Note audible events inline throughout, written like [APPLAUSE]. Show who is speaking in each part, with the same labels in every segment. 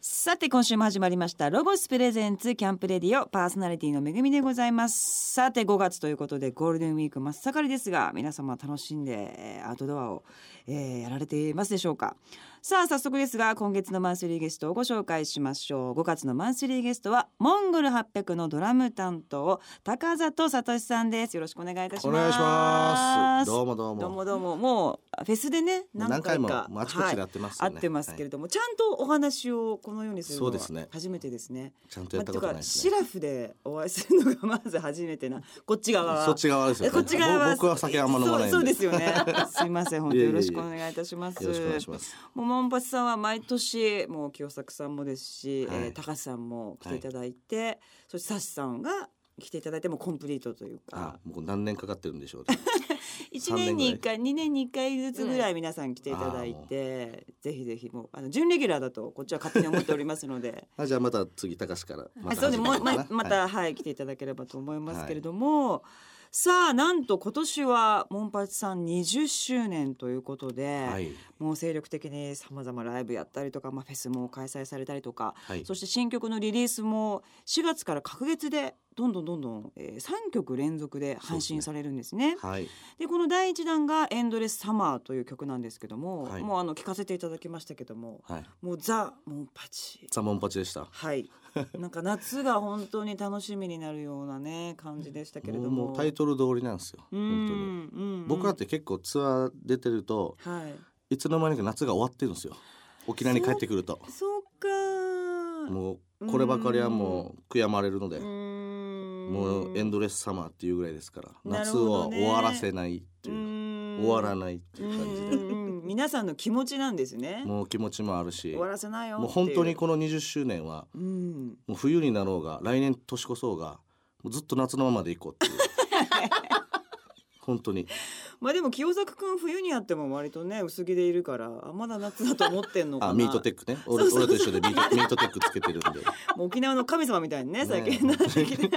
Speaker 1: さて今週も始まりましたロゴスプレゼンツキャンプレディオパーソナリティのめぐみでございますさて5月ということでゴールデンウィーク真っ盛りですが皆様楽しんでえーアウトドアを、えーやられていますでしょうかさあ早速ですが今月のマンスリーゲストをご紹介しましょう5月のマンスリーゲストはモンゴル800のドラム担当高里聡さんですよろしくお願いいたします
Speaker 2: お願いします。どうもどうも。
Speaker 1: どうもどうももうフェスでね何
Speaker 2: 何
Speaker 1: 回か
Speaker 2: 回ももうあちこちでやってますよ
Speaker 1: 合
Speaker 2: ね。
Speaker 1: ってますけれ
Speaker 2: は
Speaker 1: ども、ちゃんとお話をこのようにするの
Speaker 2: そうです
Speaker 1: は
Speaker 2: ね
Speaker 1: 初めてですね。
Speaker 2: いちゃんと
Speaker 1: まあ
Speaker 2: やった
Speaker 1: て
Speaker 2: ことない
Speaker 1: か
Speaker 2: です
Speaker 1: シ
Speaker 2: ね。
Speaker 1: ラフでお会いするのがまず初めてな [LAUGHS] こっち側は
Speaker 2: そっち側ですよ、
Speaker 1: え
Speaker 2: ね。
Speaker 1: こっち側は
Speaker 2: ぼ僕は酒あんま飲まないんで。
Speaker 1: そうそうですよね [LAUGHS] すいません本当
Speaker 2: いえいえいえ
Speaker 1: よろしくお願いいたします
Speaker 2: よろしくお願いします。
Speaker 1: もうモンパチさんは毎年もう清作さんもですし、
Speaker 2: はい
Speaker 1: えー高橋さんも来ていただいて、そしてサシさんが来ていただいてもコンプリートという
Speaker 2: あ
Speaker 1: か、
Speaker 2: もう何年かかってるんでしょうね。
Speaker 1: 一年に一回二年に一回ずつぐらい皆さん来ていただいて、ぜひぜひもうあの準レギュラーだとこっちは勝手に思っておりますので
Speaker 2: あじゃあまた次高橋から [LAUGHS] ま
Speaker 1: あ
Speaker 2: た
Speaker 1: そうですもう
Speaker 2: 始めよ
Speaker 1: ま
Speaker 2: うかな
Speaker 1: また、はい来ていただければと思いますけれども、さあなんと今年はモンパチさん20周年ということで、
Speaker 2: はいはい
Speaker 1: もう精力的にさまざまライブやったりとか、まあ、フェスも開催されたりとか、
Speaker 2: はい
Speaker 1: そして新曲のリリースも4月から隔月でどんどんどんどん、え3曲連続で配信されるんですね。
Speaker 2: はい
Speaker 1: でこの第一弾が「エンドレスサマー」という曲なんですけども、
Speaker 2: はい
Speaker 1: もうあの聞かせていただきましたけども
Speaker 2: はい。
Speaker 1: もうザ・モンパチ
Speaker 2: ザモンパチでした。 [LAUGHS]
Speaker 1: はいなんか夏が本当に楽しみになるようなね感じでしたけれ
Speaker 2: も
Speaker 1: ど
Speaker 2: う
Speaker 1: も
Speaker 2: もうタイトル通りなんですよ。
Speaker 1: う
Speaker 2: 本当に。
Speaker 1: んうん
Speaker 2: 僕らって結構ツアー出てると
Speaker 1: はい
Speaker 2: いつの間にか夏が終わってるんですよ。沖縄に帰ってくると。
Speaker 1: そうかも
Speaker 2: もうこればかりはもう悔やまれるので。も
Speaker 1: も
Speaker 2: うエンドレスサマーっていうぐらいですから、
Speaker 1: なる
Speaker 2: 夏
Speaker 1: ほど
Speaker 2: を
Speaker 1: ね
Speaker 2: 終わらせないっていう、終わら
Speaker 1: い
Speaker 2: ないっていう感じで、
Speaker 1: 皆さんの気持ちなんですね
Speaker 2: もう気持ちもあるし
Speaker 1: 終わらせないよ
Speaker 2: もう本当に
Speaker 1: って
Speaker 2: この20周年は
Speaker 1: いううん
Speaker 2: もう冬になろうが来年年こそうがもうずっと夏のままでいこうっ
Speaker 1: [LAUGHS]
Speaker 2: ていう本当に
Speaker 1: まあでも清作くん冬にやっても割とね薄着でいるからあまだ夏だと思ってんのかな
Speaker 2: [LAUGHS] あミートテックね俺
Speaker 1: そうそう
Speaker 2: 俺と一緒でミートミー [LAUGHS] トテックつけてるんで
Speaker 1: もう沖縄の神様みたいにね
Speaker 2: ね
Speaker 1: 最近なっ
Speaker 2: [LAUGHS]
Speaker 1: てきて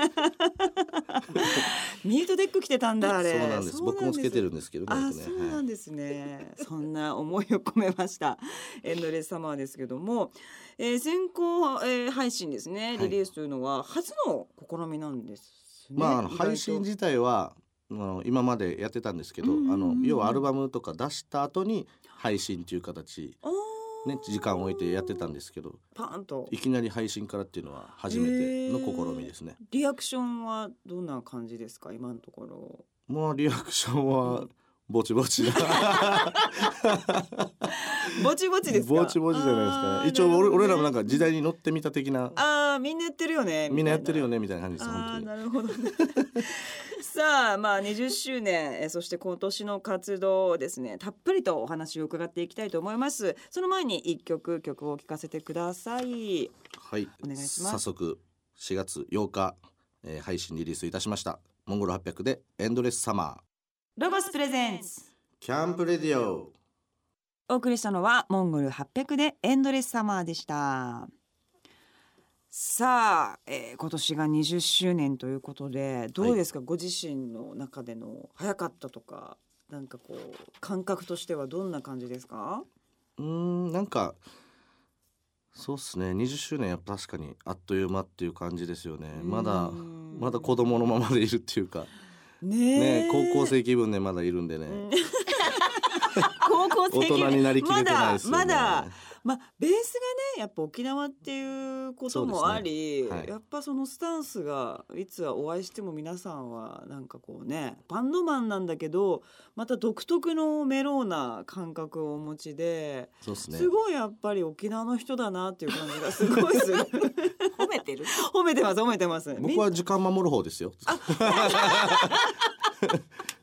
Speaker 1: ミートテック着てたんだあれ
Speaker 2: そうなんです僕もつけてるんですけどね
Speaker 1: あ
Speaker 2: 割と
Speaker 1: そ
Speaker 2: ね
Speaker 1: うなんですね、そんな思いを込めました [LAUGHS] エンドレスサマーですけども、えー、先行、えー、配信ですね
Speaker 2: は
Speaker 1: リ
Speaker 2: い
Speaker 1: リースというのは初の試みなんですね、
Speaker 2: まああの
Speaker 1: 意外と
Speaker 2: 配信自体はあの今までやってたんですけど、
Speaker 1: うんうんうん
Speaker 2: あの要はアルバムとか出した後に配信っていう形
Speaker 1: あー
Speaker 2: ね、時間を置いてやってたんですけど
Speaker 1: パーンと
Speaker 2: いきなり配信からっていうのは初めての試みですね。
Speaker 1: リアクションはどんな感じですか今のところ
Speaker 2: まあリアクション
Speaker 1: う
Speaker 2: は
Speaker 1: ん
Speaker 2: ぼちぼち
Speaker 1: [LAUGHS]
Speaker 2: だ
Speaker 1: ぼちぼちですか
Speaker 2: ぼちぼちじゃないです
Speaker 1: あ
Speaker 2: かね
Speaker 1: ー
Speaker 2: 一応俺,、俺らもなん
Speaker 1: るほどね
Speaker 2: か時代に乗ってみた的な
Speaker 1: あーみんなやってるよね
Speaker 2: みんなやってる
Speaker 1: ね
Speaker 2: よねみたいな感じです
Speaker 1: ああー
Speaker 2: 本当に
Speaker 1: なるほど [LAUGHS] ねさあまあ20周年えーそして今年の活動をですねたっぷりとお話を伺っていきたいと思いますその前に一曲曲を聴かせてください
Speaker 2: はい
Speaker 1: お願いします
Speaker 2: 早速4月8日、えー配信リリースいたしました「モンゴル800」で「エンドレスサマー
Speaker 1: ロゴスプレゼンス」
Speaker 2: キャンプレディオ
Speaker 1: お送りしたのはモンゴル800でエンドレスサマーでしたさあ、えー今年が20周年ということでどうですか、ご自身の中での早かったとかなんかこう感覚としてはどんな感じですか
Speaker 2: うーんなんかそうっすね20周年は確かにあっという間っていう感じですよねまだまだ子
Speaker 1: 供
Speaker 2: 供のままでいるっていうか、
Speaker 1: ね
Speaker 2: ね
Speaker 1: え、
Speaker 2: 高校生気分でまだいるんでね、
Speaker 1: うん高校生
Speaker 2: 大人になりきれてないですよね
Speaker 1: まだまだまあベースがねやっぱ沖縄っていうこともあり、
Speaker 2: そうですねはい
Speaker 1: やっぱそのスタンスがいつはお会いしても皆さんはなんかこうねバンドマンなんだけどまた独特のメローな感覚をお持ちで、
Speaker 2: そうですね
Speaker 1: すごいやっぱり沖縄の人だなっていう感じがすごいする [LAUGHS]
Speaker 3: 褒めてる。
Speaker 1: 褒めてます褒めてます
Speaker 2: 僕は時間守る方ですよ [LAUGHS]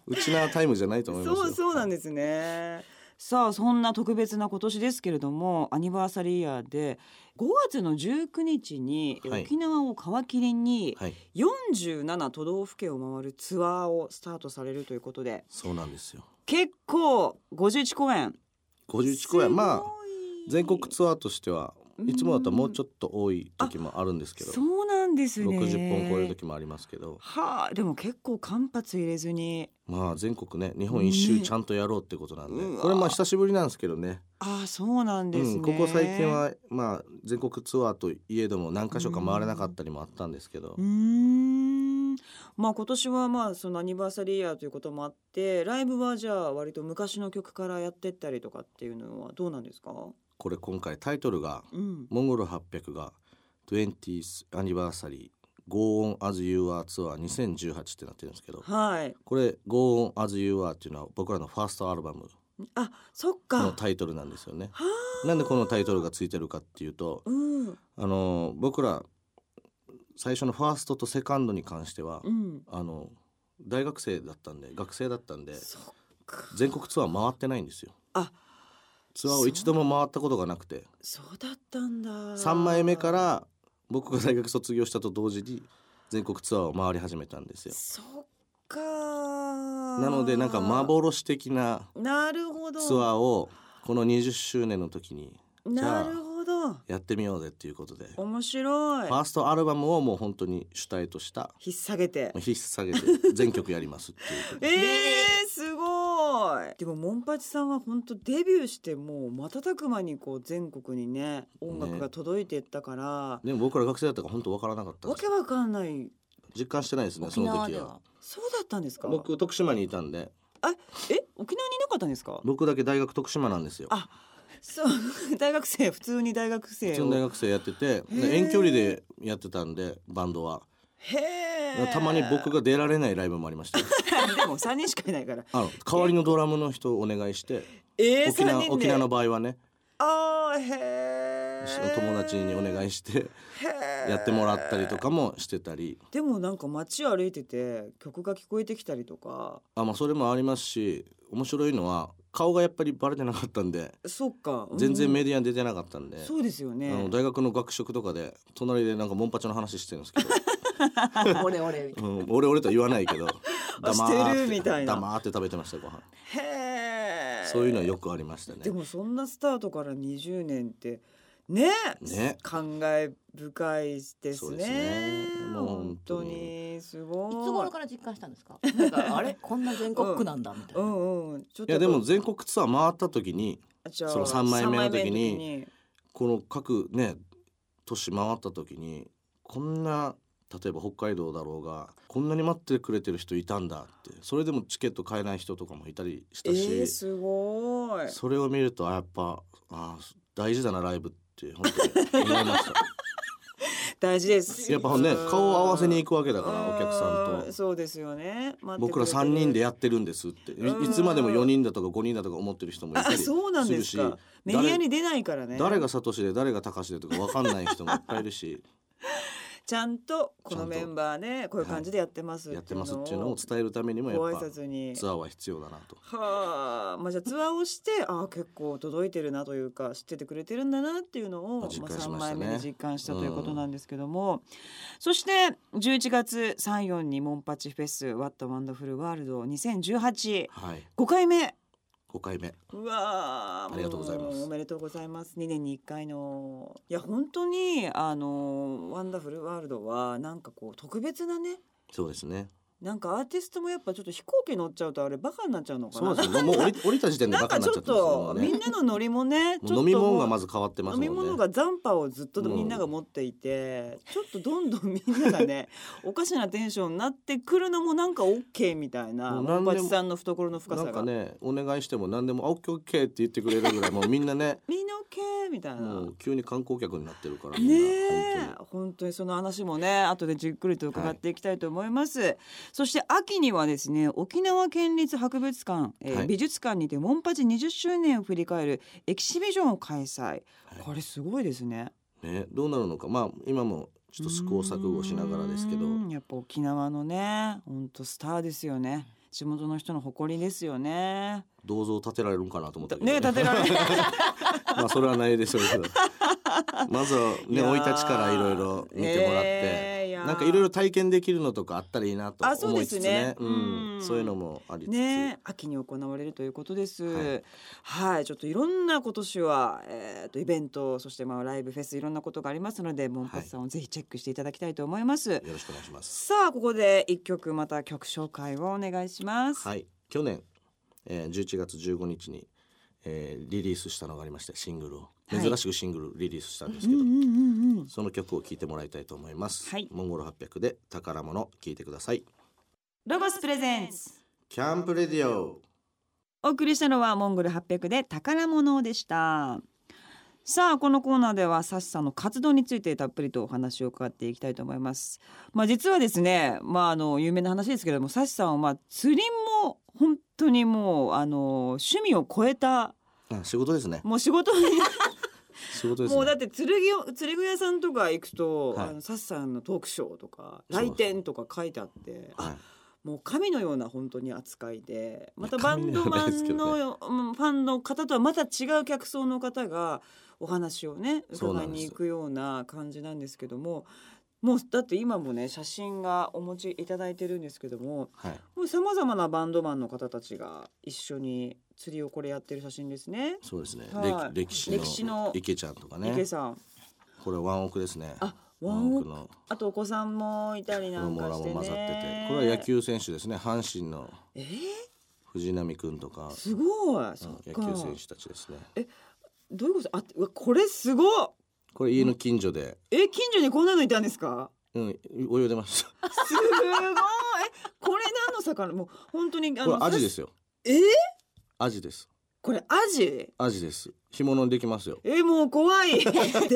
Speaker 2: うちなタイムじゃないと思いますよ
Speaker 1: そうそうなんですね。さあそんな特別な今年ですけれどもアニバーサリーイヤーで5月の19日に
Speaker 2: はい
Speaker 1: 沖縄を皮切りに
Speaker 2: はい
Speaker 1: 47都道府県を回るツアーをスタートされるということで
Speaker 2: そうなんですよ
Speaker 1: 結構51公演
Speaker 2: 51公演まあ全国
Speaker 1: アー
Speaker 2: ツアーとしては
Speaker 1: うん
Speaker 2: いつもだったらもうちょっと多い時もあるんですけど
Speaker 1: そうなんですね。
Speaker 2: 60本超える時もありますけど
Speaker 1: はあでも結構間髪入れずに
Speaker 2: まあ全国ね日本一周
Speaker 1: ね
Speaker 2: ちゃんとやろうってことなんで、
Speaker 1: うわ
Speaker 2: これまあ久しぶりなんですけどね
Speaker 1: ああそうなんですね、
Speaker 2: うん、ここ最近はまあ全国ツアーといえども何箇所か回れなかったりもあったんですけど
Speaker 1: うー、んまあ今年はまあそのアニバーサリーイヤーということもあってライブはじゃあ割と昔の曲からやってったりとかっていうのはどうなんですか
Speaker 2: これ今回タイトルが
Speaker 1: うん
Speaker 2: 「モンゴル800」が 20th Anniversary Go on as you are ツアー2018ってなってるんですけど
Speaker 1: はい
Speaker 2: これ「Go on as you are」っていうのは僕らのファーストアルバム
Speaker 1: あそっ
Speaker 2: の
Speaker 1: か
Speaker 2: タイトルなんですよね。
Speaker 1: はあ
Speaker 2: なんでこのタイトルがついてるかっていうと
Speaker 1: うん
Speaker 2: あの僕ら最初のファーストとセカンドに関しては
Speaker 1: うん
Speaker 2: あの大学生だったんで学生だったんで
Speaker 1: そっか
Speaker 2: 全国ツアー回ってないんですよ
Speaker 1: あ
Speaker 2: ツアーを一度も回ったことがなくて
Speaker 1: そうだったんだ
Speaker 2: 3枚目から僕が大学卒業したと同時に全国ツアーを回り始めたんですよ
Speaker 1: そっかな
Speaker 2: なのでなんか幻的な
Speaker 1: なるほど
Speaker 2: ツアーをこの20周年の時にじゃあ
Speaker 1: なるほど
Speaker 2: やってみようぜっていうことでフ
Speaker 1: 面白い
Speaker 2: ァーストアルバムをもう本当に主体とした
Speaker 1: 引っ下げて
Speaker 2: 引っ提げて全曲やりますっていうこと
Speaker 1: え
Speaker 2: で
Speaker 1: ー、すごいでもモンパチさんは本当デビューしてもう瞬く間にこう全国にね音楽が届いてったから、
Speaker 2: でも僕ら学生だったから本当わからなかったん
Speaker 1: わ
Speaker 2: で
Speaker 1: け
Speaker 2: す
Speaker 1: わかんない
Speaker 2: 実感してないですねその時は
Speaker 1: そうだったんですか
Speaker 2: 僕徳島にいたんで
Speaker 1: え沖縄にいなかったんですか
Speaker 2: 僕だけ大学徳島なんですよ
Speaker 1: あそう大学生普通に大学生を
Speaker 2: 普通の大学生やっててで
Speaker 1: へー
Speaker 2: 遠距離でやってたんでバンドは
Speaker 1: へえ
Speaker 2: たまに僕が出られないライブもありま
Speaker 1: [LAUGHS]
Speaker 2: したよ
Speaker 1: でも3人しかいないから
Speaker 2: あの代わりのドラムの人をお願いして
Speaker 1: えー、
Speaker 2: 沖
Speaker 1: 3
Speaker 2: 縄
Speaker 1: 人で
Speaker 2: 沖縄の場合はね
Speaker 1: あーへえ
Speaker 2: 友達にお願いして
Speaker 1: へー
Speaker 2: やってもらったりとかもしてたり
Speaker 1: でもなんか街歩いてて曲が聞こえてきたりとか
Speaker 2: あ、まあ、それもありますし面白いのは顔がやっぱりバレてなかったんで
Speaker 1: そっかうん
Speaker 2: 全然メディアに出てなかったんで。
Speaker 1: そうですよ
Speaker 2: あ
Speaker 1: ね
Speaker 2: の大学の学食とかで隣でなんかモンパチの話してるんですけど
Speaker 3: 俺俺みたいな
Speaker 2: うん、俺俺とは言わな
Speaker 1: [LAUGHS]
Speaker 2: いけど黙ーって
Speaker 1: してるみたいな
Speaker 2: 黙って食べてましたご飯
Speaker 1: へえ
Speaker 2: そういうのはよくありましたね
Speaker 1: でもそんなスタートから20年ってね
Speaker 2: ね
Speaker 1: 感慨深いです
Speaker 2: そう
Speaker 1: ね
Speaker 2: ですねもう
Speaker 1: 本
Speaker 2: 本
Speaker 1: 当
Speaker 2: 当に
Speaker 1: にす
Speaker 3: い
Speaker 1: ごい
Speaker 3: つ頃から実感したんですかなんかあれこんな全国区なんだみたいうな、
Speaker 1: んうんちょっ
Speaker 2: いやでも全国ツアー回った時に
Speaker 1: じゃあ
Speaker 2: その三枚目の
Speaker 1: 三
Speaker 2: 時に
Speaker 1: 枚目の時
Speaker 2: この各ね都市回った時にこんな例えば北海道だろうがこんなに待ってくれてる人いたんだってそれでもチケット買えない人とかもいたりしたし、
Speaker 1: えー、すごい
Speaker 2: それを見るとあやっぱあ大事だなライブって本当に思い
Speaker 1: [LAUGHS]
Speaker 2: ました
Speaker 1: 大事です
Speaker 2: やっぱね顔を合わせに行
Speaker 1: く
Speaker 2: くわけだからお客さんと。
Speaker 1: そうですよね
Speaker 2: 僕ら3人で
Speaker 1: や
Speaker 2: やってるんですってい
Speaker 1: うん
Speaker 2: いつまでも4人だとか5人だとか思ってる人もいた
Speaker 1: あ
Speaker 2: り
Speaker 1: そうなんです
Speaker 2: する
Speaker 1: か
Speaker 2: し
Speaker 1: メディアに出ないからね
Speaker 2: 誰がサトシで誰がタカシでとか分かんない人もいっぱいい
Speaker 1: [LAUGHS]
Speaker 2: るし
Speaker 1: ちゃんとこ
Speaker 2: ちゃ
Speaker 1: の
Speaker 2: んと
Speaker 1: メンバーねこういう感じでやってます
Speaker 2: やってますっていうのを伝えるためにもや
Speaker 1: ご
Speaker 2: っ
Speaker 1: 挨
Speaker 2: ぱ
Speaker 1: 拶に
Speaker 2: ツアーは必要だなと
Speaker 1: はあ、まあ、じゃあツアーをしてああ結構届いてるなというか知っててくれてるんだなっていうのを、
Speaker 2: まあ実感し
Speaker 1: 3
Speaker 2: ましたね
Speaker 1: 枚目で実感したということなんですけども、そして11月34にモンパチフェス「What Wonderful World 2018」
Speaker 2: はい
Speaker 1: 5回目
Speaker 2: 5回目
Speaker 1: うわー
Speaker 2: ありがとうございます
Speaker 1: もおめでとうございます2年に1回のいや本当にあの「ワンダフルワールドはなんかこう特別なね
Speaker 2: そうですね
Speaker 1: なんかアーティストもやっぱちょっと飛行機乗っちゃうとあれバカになっちゃうのか
Speaker 2: そ
Speaker 1: な
Speaker 2: うですねもう降り [LAUGHS] 降りた時点
Speaker 1: [LAUGHS]
Speaker 2: で
Speaker 1: なん
Speaker 2: バカ
Speaker 1: か
Speaker 2: にな
Speaker 1: ち
Speaker 2: っち
Speaker 1: ょっ
Speaker 2: ゃ
Speaker 1: と
Speaker 2: ってますよもう
Speaker 1: みん
Speaker 2: ね
Speaker 1: なの乗りもねちょっと
Speaker 2: もう飲み物がまず変わってます
Speaker 1: 飲み
Speaker 2: も
Speaker 1: 物
Speaker 2: んね
Speaker 1: が残波をずっと
Speaker 2: うん
Speaker 1: みんなが持っていて、ちょっとどんどんみんなが
Speaker 2: [LAUGHS]
Speaker 1: ねおかしなテンションになってくるのもなんか OK みたいな
Speaker 2: もう
Speaker 1: モ
Speaker 2: 何
Speaker 1: ン
Speaker 2: でも
Speaker 1: パチさんの懐の深
Speaker 2: な
Speaker 1: さ
Speaker 2: んか
Speaker 1: が、
Speaker 2: ねお願いしても何でも「あオッケーオッケー」って言ってくれるぐらいもうみんなね
Speaker 1: みんな OK みたいな。
Speaker 2: もう急に観光客になってるからみんな
Speaker 1: ね
Speaker 2: 本当
Speaker 1: え
Speaker 2: に
Speaker 1: 本当にその話もね後でじっくりと伺っていきたいと思います、そして秋にはですね沖縄県立博物館、えー
Speaker 2: はい
Speaker 1: 美術館にてモンパチ20周年を振り返るエキシビジョンを開催、これすごいですね
Speaker 2: ね、どうなるのかまあ今もちょっと試行錯誤しながらですけど
Speaker 1: うーんやっぱ沖縄のね本当スターですよね地元の人の誇りですよね
Speaker 2: 銅像建てられるんかなと思ったけど [LAUGHS]
Speaker 1: ね建てられ [LAUGHS]
Speaker 2: まあそれはないでしょうけどまずはね
Speaker 1: やー
Speaker 2: 生い立ちからいろいろ見てもらって、
Speaker 1: [LAUGHS] ねえいやー
Speaker 2: なんかいろいろ体験できるのとかあったらいいなと
Speaker 1: あそう
Speaker 2: 思
Speaker 1: で
Speaker 2: いつ
Speaker 1: す
Speaker 2: つ
Speaker 1: ね
Speaker 2: ね
Speaker 1: う
Speaker 2: うんん、そういうのもありつつ、
Speaker 1: ね、秋に行われるということです。は
Speaker 2: はいい、
Speaker 1: ちょっといろんな今年は、えー、とイベント、そしてまあライブフェスいろんなことがありますので、モンパチさんをぜひチェックしていただきたいと思います。
Speaker 2: よろしくお願いします。
Speaker 1: さあここで一曲また曲紹介をお願いします。
Speaker 2: はい、去年、えー、11月15日に、えーリリースしたのがありましてシングルを
Speaker 1: はい
Speaker 2: 珍しくシングルリリースしたんです
Speaker 1: うん
Speaker 2: け
Speaker 1: う
Speaker 2: ど、
Speaker 1: んうんうん。
Speaker 2: その曲を聴いてもらいたいと思います。
Speaker 1: はい
Speaker 2: モンゴル800で宝物聴いてください。
Speaker 1: ロゴスプレゼンツ。
Speaker 2: キャンプレディオ
Speaker 1: お送りしたのはモンゴル800で宝物でしたさあこのコーナーではサシさんの活動についてたっぷりとお話を伺っていきたいと思いますまあ実はですねまああの有名な話ですけれどもサシさんはまあ釣りも本当にもうあの趣味を超えた
Speaker 2: あ仕事ですね。
Speaker 1: もう仕事に、
Speaker 2: 仕事です
Speaker 1: もうだっ
Speaker 2: ね。
Speaker 1: て釣り具釣り具屋さんとか行くと、
Speaker 2: はい
Speaker 1: あのサシさんのトークショーとか
Speaker 2: そうそう
Speaker 1: 来店とか書いてあってあ
Speaker 2: はい
Speaker 1: もう神のような本当に扱いでまたバ
Speaker 2: 神
Speaker 1: ン
Speaker 2: の
Speaker 1: ド
Speaker 2: ような
Speaker 1: マ
Speaker 2: ですけ
Speaker 1: ン
Speaker 2: どね
Speaker 1: のようんファンの方とはまた違う客層の方がお話をね
Speaker 2: そう
Speaker 1: 伺
Speaker 2: ないんです
Speaker 1: に行くような感じなんですけどももうだって今もね写真がお持ちいただいてるんですけども
Speaker 2: はい。
Speaker 1: もうさまざまなバンドマンの方たちが一緒に釣りをこれやってる写真ですね。
Speaker 2: そうですね。
Speaker 1: はい
Speaker 2: 歴歴史の
Speaker 1: 歴史の
Speaker 2: 池ちゃんとか
Speaker 1: 池、
Speaker 2: ね。
Speaker 1: さん
Speaker 2: これワンオクですね。
Speaker 1: あワンオク
Speaker 2: の
Speaker 1: あとお子さんもいたり
Speaker 2: 子
Speaker 1: なん
Speaker 2: 供
Speaker 1: からして
Speaker 2: も
Speaker 1: ね。
Speaker 2: 混ざってて、これは野球選手ですね。阪神の
Speaker 1: えー
Speaker 2: 藤浪くんとか、
Speaker 1: すごい、そっ
Speaker 2: うん野
Speaker 1: か
Speaker 2: 球選手たちですね。
Speaker 1: どういうことあうわこれすごい
Speaker 2: これ家の近所で、
Speaker 1: え近所にこんなのいたんですか
Speaker 2: うん、泳いでました。
Speaker 1: すごいえこれ何の魚もう本当にあ
Speaker 2: これアジですすよ。
Speaker 1: えー
Speaker 2: アジです。
Speaker 1: これアジ
Speaker 2: アジです。干物にできますよ。
Speaker 1: えもう怖い [LAUGHS] でかいこんなア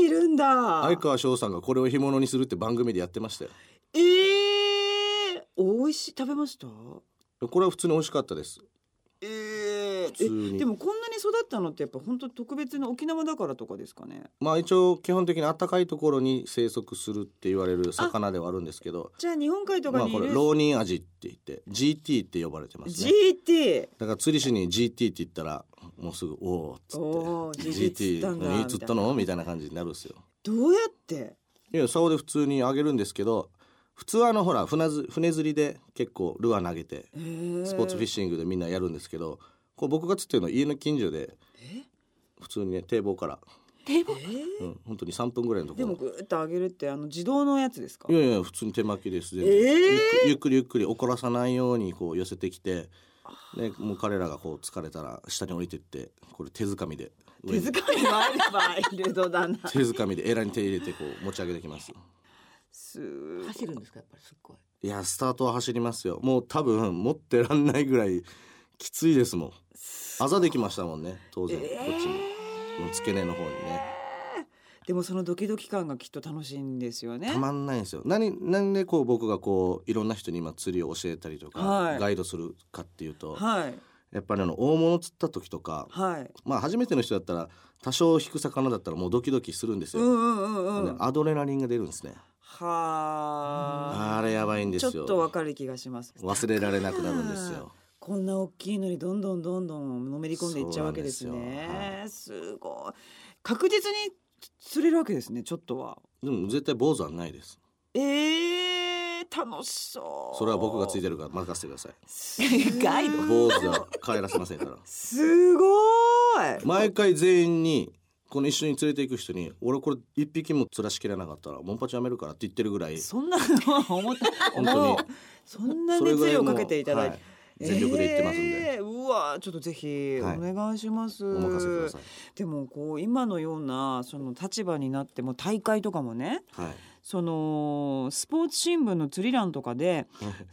Speaker 1: ジいるんだ
Speaker 2: 相川翔さんがこれを干物にするって番組でやってましたよ。
Speaker 1: えー、おいしい食べました
Speaker 2: これは普通に美味しかったです。
Speaker 1: えー、
Speaker 2: 普通に
Speaker 1: えでもこんなに育ったのってやっぱ本当特別な沖縄だからとかですかね
Speaker 2: まあ一応基本的に暖かいところに生息するって言われる魚ではあるんですけど、
Speaker 1: じゃあ日本海とか
Speaker 2: まあ
Speaker 1: にい
Speaker 2: これ
Speaker 1: る、
Speaker 2: 浪人アジって言って GT って呼ばれてますね。
Speaker 1: GT
Speaker 2: だから釣り師に GT って言ったらもうすぐおーっつ
Speaker 1: おー
Speaker 2: って
Speaker 1: GT 釣ったんだ
Speaker 2: うんいつ釣ったのみたいな感じになるんですよ。
Speaker 1: どうやって
Speaker 2: いや竿で普通にあげるんですけど、普通はあのほら船ず船釣りで結構ルアー投げて
Speaker 1: えー、
Speaker 2: スポーツフィッシングでみんなやるんですけど、こう僕が釣ってるのは家の近所で
Speaker 1: え
Speaker 2: 普通にね堤防から、
Speaker 1: えー
Speaker 2: うん、本当に3分ぐらいのとこ
Speaker 1: で
Speaker 2: ろ
Speaker 1: もぐーっと上げるってあの自動のやつですか
Speaker 2: いやいや普通に手巻きです全
Speaker 1: え
Speaker 2: 然
Speaker 1: ー
Speaker 2: ゆっくりゆっくりゆっくり怒らさないようにこう寄せてきてでもう彼らがこう疲れたら下に降りてってこれ手づかみで
Speaker 1: 手
Speaker 2: 上に
Speaker 1: づかみがあればイルドだな
Speaker 2: 手づかみでエラに手入れてこう持ち上げてきます
Speaker 1: す
Speaker 3: 走るんですかやっぱりすっごい。
Speaker 2: いやスタートは走りますよもう多分持ってらんないぐらいきついですもんあざできましたもんね当然、
Speaker 1: えー
Speaker 2: こっちにこの付け根の方にね
Speaker 1: でもそのドキドキ感がきっと楽しいんですよね
Speaker 2: たまんないんですよ何なんでこう僕がこういろんな人に今釣りを教えたりとか、
Speaker 1: はい
Speaker 2: ガイドするかっていうと、
Speaker 1: はい
Speaker 2: やっぱりあの大物釣った時とか、
Speaker 1: はい
Speaker 2: まあ初めての人だったら多少引く魚だったらもうドキドキするんです
Speaker 1: う
Speaker 2: よ、
Speaker 1: んうんうんうん
Speaker 2: アドレナリンが出るんですね
Speaker 1: は
Speaker 2: あれやばいん
Speaker 1: い
Speaker 2: です
Speaker 1: ちょ
Speaker 2: よ
Speaker 1: っとわかる気がします
Speaker 2: 忘れられなくなるんですよ
Speaker 1: こんな大きいのにどんどんどんどんのめり込んでいっちゃうわけです
Speaker 2: そう
Speaker 1: ね
Speaker 2: な
Speaker 1: す,、ごい確実に釣れるわけですねちょっとは
Speaker 2: でも絶対坊主はないです
Speaker 1: えー、楽しそう
Speaker 2: それは僕がついてるから任せてください
Speaker 1: す
Speaker 3: ガイド
Speaker 2: 坊主は帰らせませ
Speaker 1: [LAUGHS]
Speaker 2: んから
Speaker 1: すごい
Speaker 2: 毎回全員にこの一緒に連れて行く人に俺これ一匹も釣らしきれなかったらモンパチやめるからって言ってるぐらい
Speaker 1: そんなのは思った
Speaker 2: 本当に
Speaker 1: もうそん [LAUGHS] な
Speaker 2: それ
Speaker 1: 熱
Speaker 2: ぐらい
Speaker 1: 量
Speaker 2: の
Speaker 1: かけていただい
Speaker 2: は
Speaker 1: て、
Speaker 2: 全力で言ってますんで、
Speaker 1: えーうわちょっとぜひお
Speaker 2: はい
Speaker 1: 願いします、
Speaker 2: お任せください
Speaker 1: でもこう今のようなその立場になっても大会とかもね
Speaker 2: はい
Speaker 1: [LAUGHS] そのスポーツ新聞の釣り欄とかで、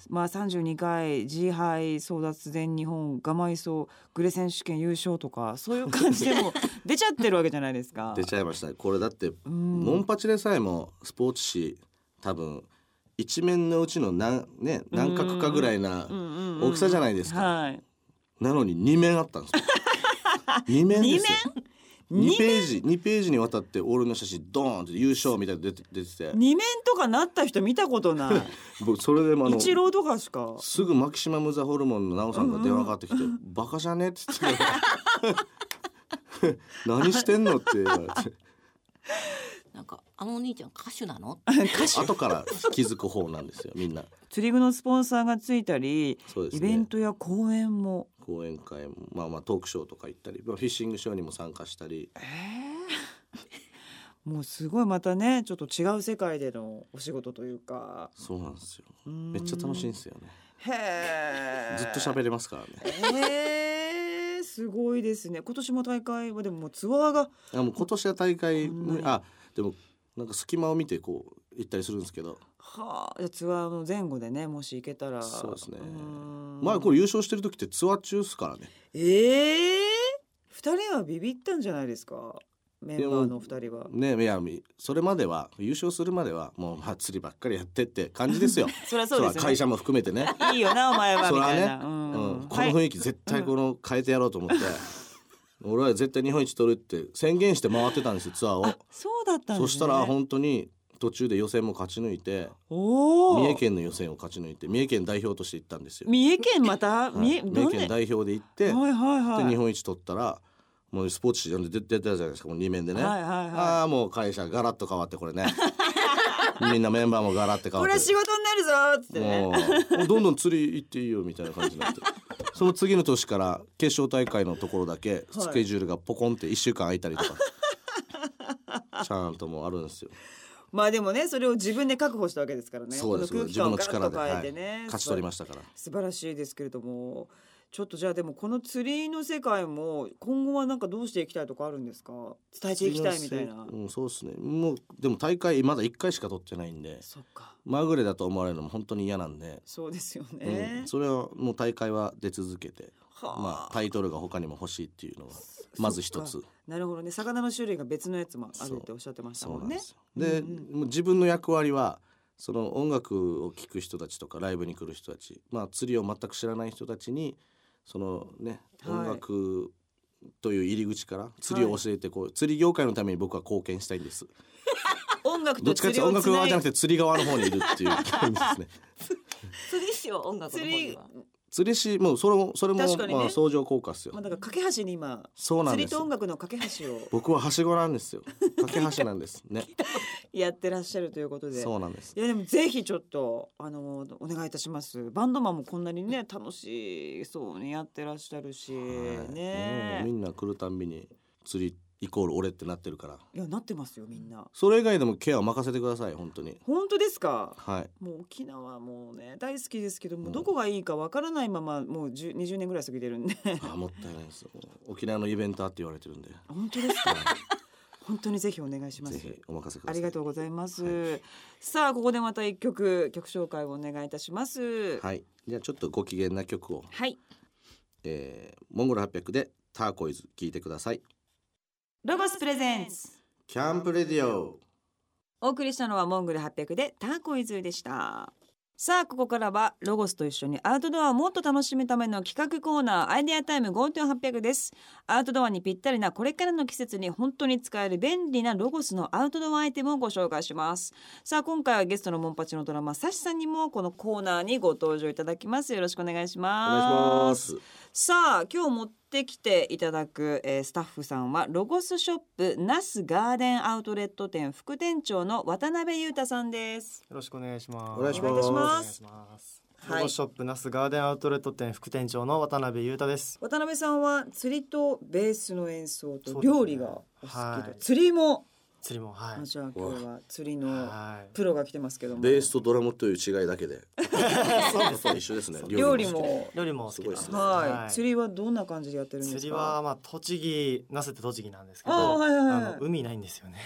Speaker 1: まあ、32回 G 杯争奪全日本ガマイソグレ選手権優勝とかそういう感じでも出ちゃってるわけじゃないですか。
Speaker 2: [LAUGHS] 出ちゃいましたこれだって
Speaker 1: うん
Speaker 2: モンパチでさえもスポーツ紙多分一面のうちの何,、ね、何角かぐらいな
Speaker 1: うんうんうん
Speaker 2: 大きさじゃないですか、
Speaker 1: はい、
Speaker 2: なのに2面あったんです
Speaker 1: [LAUGHS]
Speaker 2: よ2面ですよ
Speaker 1: 二
Speaker 2: 2ページ二ページにわたって俺の写真ドーンって優勝みたいなの出て出てて
Speaker 1: 二面とかなった人見たこと
Speaker 2: [LAUGHS]
Speaker 1: ない。
Speaker 2: 僕それでもあの
Speaker 1: 一郎とかしか。
Speaker 2: すぐマキシマム・ザ・ホルモンのナオさんが電話かかってきて「バカじゃね?」って言って [LAUGHS] 何してんのって言わ
Speaker 1: [LAUGHS]
Speaker 2: れて
Speaker 3: なんかあのお兄ちゃん歌手なの？
Speaker 2: 後から気づく方なんですよみんな
Speaker 1: 釣り具のスポンサーがついたり、
Speaker 2: そうです
Speaker 1: イ
Speaker 2: ね
Speaker 1: ベントや公演も。
Speaker 2: 講演会もまあまあトークショーとか行ったりまあフィッシングショーにも参加したり
Speaker 1: えーもうすごいまたねちょっと違う世界でのお仕事というか
Speaker 2: そうなんですよ
Speaker 1: め
Speaker 2: めっちゃ楽しいんですよね
Speaker 1: へえ
Speaker 2: ずっと喋れますからね
Speaker 1: へえすごいですね今年も大会はでももうツアーが
Speaker 2: あもう今年は大会
Speaker 1: こんなに
Speaker 2: あでもなんか隙間を見てこう行ったりするんですけど
Speaker 1: はあツアーの前後でねもし行けたら
Speaker 2: そうですね
Speaker 1: 前
Speaker 2: 前これ優勝してる時ってツアー中っすからね
Speaker 1: ええ二人はビビったんじゃないですかメンバーの二人は
Speaker 2: ねいやみそれまでは優勝するまではもうまあ釣りばっかりやってって感じですよ
Speaker 1: [LAUGHS] そりゃそうです
Speaker 2: そ
Speaker 1: よ
Speaker 2: ら
Speaker 1: ね
Speaker 2: 会社も含めてね、
Speaker 1: いいよなお前は
Speaker 2: そ
Speaker 1: み
Speaker 2: れは
Speaker 1: たい
Speaker 2: ね
Speaker 1: な、う
Speaker 2: うんん、この
Speaker 1: はい
Speaker 2: 雰囲気絶対この変えてやろうと
Speaker 1: [LAUGHS]
Speaker 2: 思って、俺は絶対日本一取るって宣言して回ってたんですよツアーを、
Speaker 1: あそうだったんです、ね、
Speaker 2: そしたら本当に途中で予選も勝ち抜いて
Speaker 1: おお
Speaker 2: 三重県の予選を勝ち抜いて三重県代表として行ったんですよ、
Speaker 1: 三重県また、
Speaker 2: は
Speaker 1: 三重
Speaker 2: い三重
Speaker 1: どんな
Speaker 2: 県代表で行って、
Speaker 1: はいはいはい
Speaker 2: で日本一取ったらもうスポーツ紙で出てたじゃないですかもう2面でね、
Speaker 1: はいはいはい
Speaker 2: ああもう会社ガラッと変わってこ
Speaker 1: [LAUGHS]
Speaker 2: れねみんなメンバーもガラッて変
Speaker 1: こ
Speaker 2: わって
Speaker 1: れ仕事になるぞーっつってね
Speaker 2: もうもうどんどん釣り行っていいよみたいな感じにな
Speaker 1: [LAUGHS]
Speaker 2: ってその次の年から決勝大会のところだけスケジュールがポコンって1週間空いたり
Speaker 1: [LAUGHS]
Speaker 2: とか、ちゃんともうあるんですよ
Speaker 1: まあでもねそれを自分で確保したわけですからね
Speaker 2: そうです
Speaker 1: この空気
Speaker 2: 自分
Speaker 1: 感を
Speaker 2: の
Speaker 1: ガラッと変
Speaker 2: 力で、
Speaker 1: え
Speaker 2: は
Speaker 1: て
Speaker 2: い
Speaker 1: ね、
Speaker 2: 勝ち取りましたから
Speaker 1: 素晴らしいですけれどもちょっとじゃあでもこの釣りの世界も今後はなんかどうしていきたいとかあるんですか伝えていきたいみたいな
Speaker 2: うん、そうですねもうでも大会まだ1回しか取ってないんで
Speaker 1: そっか
Speaker 2: まぐれだと思われるのも本当に嫌なんで、
Speaker 1: そうですよね
Speaker 2: うん、、それはもう大会は出続けて、
Speaker 1: はあ
Speaker 2: まあ、タイトルが他にも欲しいっていうのがまず一
Speaker 1: そ
Speaker 2: つ
Speaker 1: っかなるほどね魚の種類が別のやつもあるっておっしゃってました
Speaker 2: そ
Speaker 1: も
Speaker 2: うんなんで
Speaker 1: ね
Speaker 2: すよで、
Speaker 1: うん
Speaker 2: もう自分の役割はその音楽を聴く人たちとかライブに来る人たち、まあ、釣りを全く知らない人たちにそのね
Speaker 1: はい
Speaker 2: 音楽という入り口から釣りを教えてこう、釣り業界のために僕は貢献したいんです
Speaker 1: 音楽
Speaker 2: ど
Speaker 1: と
Speaker 2: っちかっ
Speaker 1: 釣
Speaker 2: てい
Speaker 1: り
Speaker 2: うと
Speaker 1: をつな
Speaker 2: 音楽側
Speaker 1: い
Speaker 2: じゃなくて釣り側の方にいるっていう感じ
Speaker 1: [LAUGHS]
Speaker 2: ですね
Speaker 3: 釣り師は音楽の
Speaker 1: 釣
Speaker 3: 方
Speaker 1: り
Speaker 3: には。
Speaker 2: 釣り師もうそれもそれも、
Speaker 1: 確かにね
Speaker 2: まあ相乗効果ですよ、
Speaker 1: まあだから架け橋に今
Speaker 2: そうなん
Speaker 1: 釣
Speaker 2: で
Speaker 1: り
Speaker 2: す
Speaker 1: と音楽の架け橋を
Speaker 2: 僕ははしごなんです
Speaker 1: [LAUGHS]
Speaker 2: よ架け橋なんですね
Speaker 1: やってらっしゃるということで。
Speaker 2: そうなんです
Speaker 1: いやでもぜひちょっとあのお願いいたします。バンドマンもこんなにね楽しそうにやってらっしゃるし、
Speaker 2: はい
Speaker 1: ね
Speaker 2: うんみんな来るたんびに釣りイコール俺ってなってるから
Speaker 1: いやなってますよみんな。
Speaker 2: それ以外でもケアを任せてください本当に
Speaker 1: 本当ですか。
Speaker 2: はい
Speaker 1: もう沖縄もうね大好きですけども
Speaker 2: う
Speaker 1: うんどこがいいかわからないままもう10 20年ぐらい過ぎてるんで
Speaker 2: あもったいないです沖縄のイベンターって言われてるんで
Speaker 1: 本当ですか。本当にぜひお願いしま
Speaker 2: ぜ
Speaker 1: す。
Speaker 2: ひお任せください
Speaker 1: ありがとうございます。さあここでまた一曲曲紹介をお願いいたします。
Speaker 2: はいじゃあちょっとご機嫌な曲を、
Speaker 1: はい
Speaker 2: えー、モンゴル800でターコイズ聞いてください
Speaker 1: ロゴスプレゼンツ。
Speaker 2: キャンプレディオ
Speaker 1: お送りしたのはモングル800でターコイズでしたさあここからはロゴスと一緒にアウトドアをもっと楽しむための企画コーナーアイデアタイム5.800ですアウトドアにぴったりなこれからの季節に本当に使える便利なロゴスのアウトドアアイテムをご紹介しますさあ今回はゲストのモンパチのドラマサシさんにもこのコーナーにご登場いただきますよろしくお願いし
Speaker 2: お
Speaker 1: ます
Speaker 2: 願いします
Speaker 1: さあ今日持ってきていただく、えースタッフさんはロゴスショップナスガーデンアウトレット店副店長の渡辺裕太さんです。
Speaker 4: よろしくお願いします。
Speaker 2: お願いしますお願いいたし
Speaker 1: ます
Speaker 4: お願いします
Speaker 1: はい
Speaker 4: ロゴショップナスガーデンアウトレット店副店長の渡辺裕太です。
Speaker 1: 渡辺さんは釣りとベースの演奏と
Speaker 4: そうですね
Speaker 1: 料理がお好きと、
Speaker 4: はい
Speaker 1: 釣りも、
Speaker 4: 釣りもは
Speaker 1: あ
Speaker 4: い。
Speaker 1: じゃあ今日は釣りの
Speaker 4: は
Speaker 1: プロが来てますけども
Speaker 2: ベースとドラムという違いだけ [LAUGHS] でそうそう一緒ですね
Speaker 1: 料理
Speaker 2: 好き
Speaker 1: も
Speaker 4: い。料理も好きです
Speaker 2: す
Speaker 4: ね。
Speaker 1: はい、
Speaker 4: い
Speaker 1: 釣りはどんな感じでやってるんですか
Speaker 4: 釣りはまあ栃木那須って栃木なんですけど、
Speaker 1: あーはいはいはい
Speaker 4: あの海ないんですよね。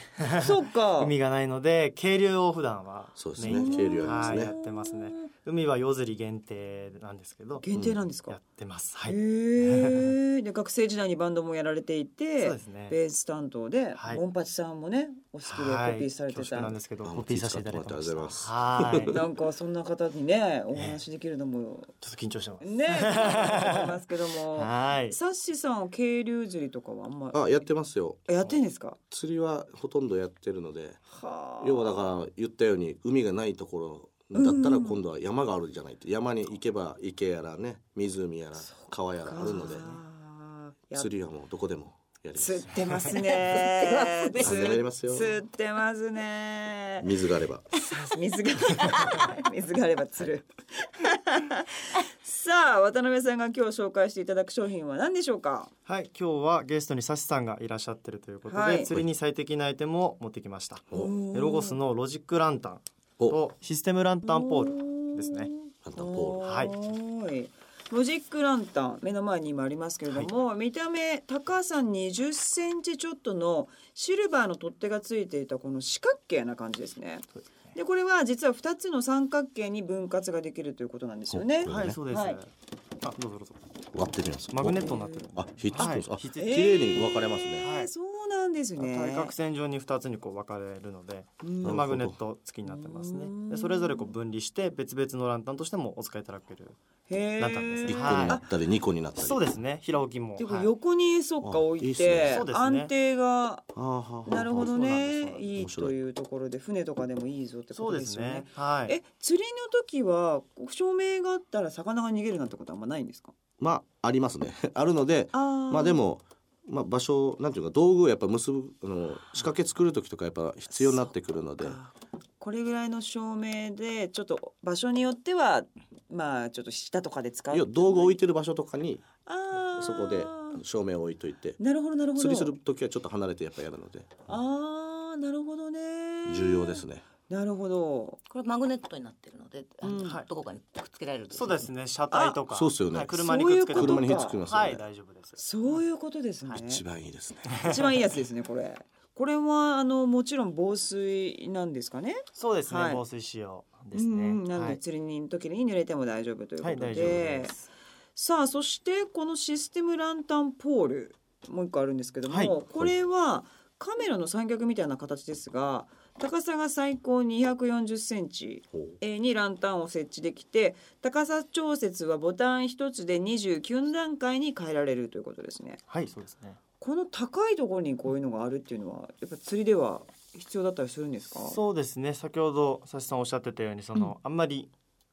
Speaker 1: そうか
Speaker 4: 海がないので渓流を普段は
Speaker 2: そうです
Speaker 4: メ
Speaker 2: ね
Speaker 4: インで
Speaker 2: 軽量
Speaker 4: はい
Speaker 2: です
Speaker 4: や
Speaker 2: ね
Speaker 4: ってますね。海は夜釣り限定なんですけど、
Speaker 1: 限定なんですか、
Speaker 4: やってます。はい。
Speaker 1: へえ。で学生時代にバンドもやられていて、
Speaker 4: そうですね
Speaker 1: ベース担当で、
Speaker 4: はい
Speaker 1: モンパチさんもねお好きでコ
Speaker 4: はい
Speaker 1: ピーされて
Speaker 4: 恐
Speaker 1: た。
Speaker 4: 縮なんですけど
Speaker 2: あ
Speaker 4: コピーさせていただいてまし
Speaker 2: 気
Speaker 4: た。
Speaker 2: 遣ってもらって
Speaker 4: はい。ちょっ
Speaker 1: なんかそんな方にねお話しできるのも
Speaker 4: と緊張してます。
Speaker 1: ね思いますけども。
Speaker 4: はい。
Speaker 1: サッシさんは渓流釣りとかはあんま
Speaker 2: あやってますよ
Speaker 1: やってんですか。
Speaker 2: 釣りはほとんどやってるので
Speaker 1: はあ
Speaker 2: 要はだから言ったように海がないところだったら今度は山があるじゃないと山に行けば池やらね湖やら川やらあるので
Speaker 1: あーやっ
Speaker 2: 釣りはもうどこでもやりま
Speaker 1: 釣
Speaker 2: す
Speaker 1: ってますね
Speaker 3: 釣ってますね
Speaker 2: 風がありますよ
Speaker 1: 釣ってますね
Speaker 2: 水があれば
Speaker 1: 水が水があれば釣るさあ渡辺さんが今日紹介していただく商品は何でしょうか
Speaker 4: はい今日はゲストにサシさんがいらっしゃってるということで、
Speaker 1: はい
Speaker 4: 釣りに最適なアイテムを持ってきました
Speaker 2: お
Speaker 4: でロゴスのロジックランタン
Speaker 2: お
Speaker 4: とシステムランタンポール
Speaker 1: ル
Speaker 4: ですね
Speaker 2: あんたポール
Speaker 4: はい
Speaker 1: い。ロジックランタン目の前に今ありますけれども、見た目高さ20センチちょっとのシルバーの取っ手がついていたこの四角形な感じですね。
Speaker 4: そうですね
Speaker 1: でこれは実は2つの三角形に分割ができるということなんですよね。
Speaker 2: お
Speaker 4: はいそうです、
Speaker 1: はい
Speaker 4: あどうぞどうぞ
Speaker 2: 割ってみます
Speaker 4: マグネットになってる
Speaker 2: あひっつくんです
Speaker 4: は
Speaker 2: あ
Speaker 4: いひっつ
Speaker 2: 綺
Speaker 4: く
Speaker 2: 麗に分かれますね
Speaker 1: えー
Speaker 4: はい
Speaker 1: そうなんですね。
Speaker 4: 対角線上に二つにこう分かれるので、
Speaker 1: うん
Speaker 2: なるほど
Speaker 4: マグネット付きになってますねでそれぞれこう分離して別々のランタンとしてもお使いいただける
Speaker 1: へー
Speaker 4: ランタンです
Speaker 2: 一
Speaker 4: ね
Speaker 2: 個に
Speaker 4: はい
Speaker 2: なったり二個になったり
Speaker 4: そうですね平置きも
Speaker 1: ていうか
Speaker 4: はい
Speaker 1: 横にそっか
Speaker 2: あ
Speaker 1: 置
Speaker 2: いい
Speaker 1: い
Speaker 2: っすね
Speaker 1: て
Speaker 4: そうですね
Speaker 1: 安定が
Speaker 2: あーはーはー
Speaker 1: なるほど
Speaker 4: そうなん
Speaker 1: ね
Speaker 4: です
Speaker 1: いい
Speaker 2: 面白い
Speaker 1: というところで船とかでもいいぞってこ
Speaker 4: そう
Speaker 1: と
Speaker 4: で
Speaker 1: です
Speaker 4: す
Speaker 1: よね
Speaker 4: ね。はい
Speaker 1: え釣りの時は照明があったら魚が逃げるなんてことはあんまないんですか
Speaker 2: まあありますね [LAUGHS] あるので
Speaker 1: あ
Speaker 2: まあでもまあ場所なんていうか道具をやっぱ結ぶあの仕掛け作る時とかやっぱ必要になってくるので
Speaker 1: これぐらいの照明でちょっと場所によってはまあちょっと下とかで使う
Speaker 2: いや道具置いてる場所とかに
Speaker 1: あー
Speaker 2: そこで照明を置いといて
Speaker 1: なるほどなるほど
Speaker 2: 釣りする時はちょっと離れてやっぱやるので
Speaker 1: あーなるほどね
Speaker 2: 重要ですね
Speaker 1: なるほど
Speaker 3: これマグネットになってるので、あの
Speaker 1: うん
Speaker 4: はい
Speaker 3: どこかにくっつけられるとい
Speaker 4: そうですね車体とか
Speaker 2: あそうっすよね
Speaker 4: はい車にくっつけた
Speaker 1: そういうことか
Speaker 2: 車にひっつきますよ
Speaker 4: はい
Speaker 2: ね
Speaker 4: 大丈夫です
Speaker 1: そういうことですね、
Speaker 2: 一番いいですね
Speaker 1: 一番いいやつですねこれこれはあのもちろん防水なんですかね
Speaker 4: そうですね、
Speaker 1: はい
Speaker 4: 防水仕様ですね、
Speaker 1: うんうんなの
Speaker 4: は
Speaker 1: で
Speaker 4: い、
Speaker 1: 釣りに時に濡れても大丈夫というこ
Speaker 4: は
Speaker 1: とで、
Speaker 4: い、大丈夫です
Speaker 1: さあそしてこのシステムランタンポールもう一個あるんですけども、
Speaker 4: はい
Speaker 1: これはカメラの三脚みたいな形ですが高さが最高240センチ
Speaker 2: ほう
Speaker 1: にランタンを設置できて高さ調節はボタン一つで29段階に変えられるということですね。
Speaker 4: はいそうですね
Speaker 1: この高いところにこういうのがあるっていうのはやっぱ釣りでは必要だったりするんですか
Speaker 4: そうですね先ほど佐々木さんおっしゃってたようにその、あんまり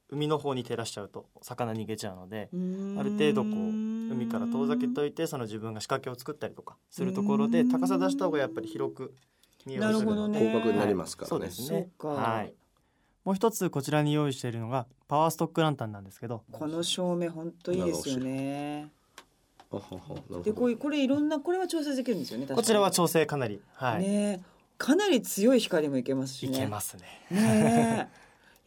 Speaker 4: 海の方に照らしちゃうと魚逃げちゃうので
Speaker 1: うーん
Speaker 4: ある程度こう海から遠ざけといてその自分が仕掛けを作ったりとかするところで高さ出した方がやっぱり広く見える
Speaker 1: なるほどね
Speaker 2: 広角になりますからね
Speaker 4: そうですね
Speaker 1: そうか
Speaker 4: はいもう一つこちらに用意しているのがパワーストックランタンなんですけど
Speaker 1: この照明本当いいですよね。
Speaker 2: あははなる
Speaker 1: で
Speaker 2: ほ
Speaker 1: こ
Speaker 2: ど
Speaker 1: ういうこれいろんなこれは調整できるんですよね。確か
Speaker 4: こ
Speaker 1: に
Speaker 4: ちらは調整かなりはい、
Speaker 1: ねえかなり強い光もいけますし
Speaker 4: い
Speaker 1: ね。
Speaker 4: けますね
Speaker 1: ね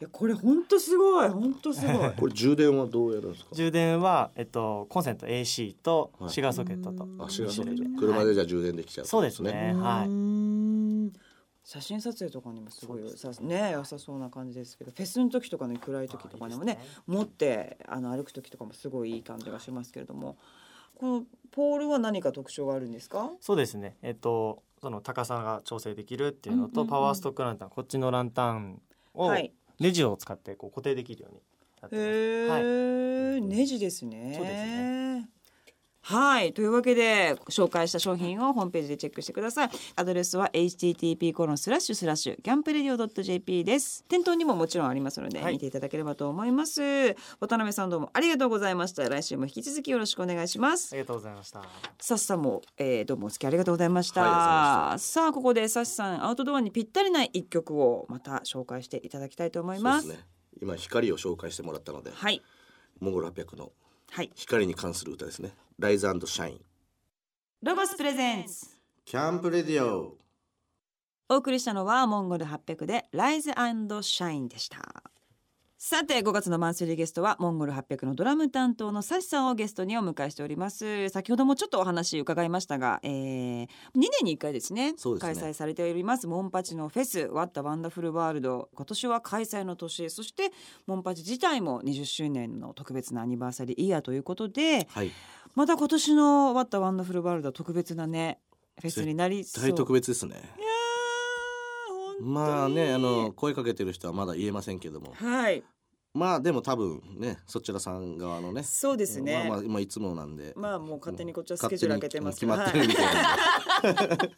Speaker 1: え。い
Speaker 4: [LAUGHS]
Speaker 1: やこれ本当すごい本当すごい。
Speaker 2: これ充電はどうやるんですか
Speaker 4: 充電は、えっと、コンセント AC と
Speaker 2: はい
Speaker 4: シガーソケットと、
Speaker 1: うん
Speaker 2: あシガーソケット
Speaker 4: はい
Speaker 2: 車でじゃあ充電できちゃう
Speaker 4: そうですねはい
Speaker 1: ー
Speaker 4: う
Speaker 1: ん写真撮影とかにもすごい良さね良さそうな感じですけど、フェスの時とかね暗い時とかでもね
Speaker 4: あいいです
Speaker 1: 持ってあの歩く時とかもすごいいい感じがしますけれども、このポールは何か特徴があるんですか？
Speaker 4: そうですねえっとその高さが調整できるっていうのと、
Speaker 1: うんうんうん
Speaker 4: パワーストックランタンこっちのランタンを、
Speaker 1: はい。
Speaker 4: ネジを使ってこう固定できるようになってます、
Speaker 1: へ
Speaker 4: はい
Speaker 1: え、ネジですね。
Speaker 4: そうです
Speaker 1: ね。はいというわけで紹介した商品をホームページでチェックしてくださいアドレスは http コロンスラッシュスラッシュキャンプレディオ .jp です店頭にももちろんありますので、
Speaker 4: はい
Speaker 1: 見ていただければと思います渡辺さんどうもありがとうございました来週も引き続きよろしくお願いします
Speaker 4: ありがとうございました。
Speaker 1: サシさんも、えー、どうもお付き合いありがとうございました,、
Speaker 2: はいあ
Speaker 1: さあここでサシさんアウトドアにぴったりな一曲をまた紹介していただきたいと思います
Speaker 2: そうですね今光を紹介してもらったので
Speaker 1: はい
Speaker 2: モンゴル800の
Speaker 1: はい
Speaker 2: 光に関する歌ですねライズシャイン
Speaker 1: ロゴスプレゼンツ
Speaker 2: キャンプレディオ
Speaker 1: お送りしたのはモンゴル800でライズシャインでしたさて5月のマンスリーゲストはモンゴル800のドラム担当のサシさんをゲストにお迎えしております先ほどもちょっとお話伺いましたが、えー、2年に1回ですね
Speaker 2: そうですね
Speaker 1: 開催されておりますモンパチのフェスワッタワンダフルワールド今年は開催の年そしてモンパチ自体も20周年の特別なアニバーサリーイヤーということで
Speaker 2: はい
Speaker 1: また今年のワッタワンダフルワールドは特別なねフェスになりそう
Speaker 2: 大特別ですね
Speaker 1: いやー本当に
Speaker 2: まあねあの声かけてる人はまだ言えませんけども
Speaker 1: はい
Speaker 2: まあでも多分ねそちらさん側のね
Speaker 1: そうですね、ま
Speaker 2: まあ
Speaker 1: あ
Speaker 2: まあ、まあ、いつもなんで
Speaker 1: もう勝手にこっちはスケジュール開けてますけど
Speaker 2: 勝手に決まってる
Speaker 1: [LAUGHS]
Speaker 2: みたいなんで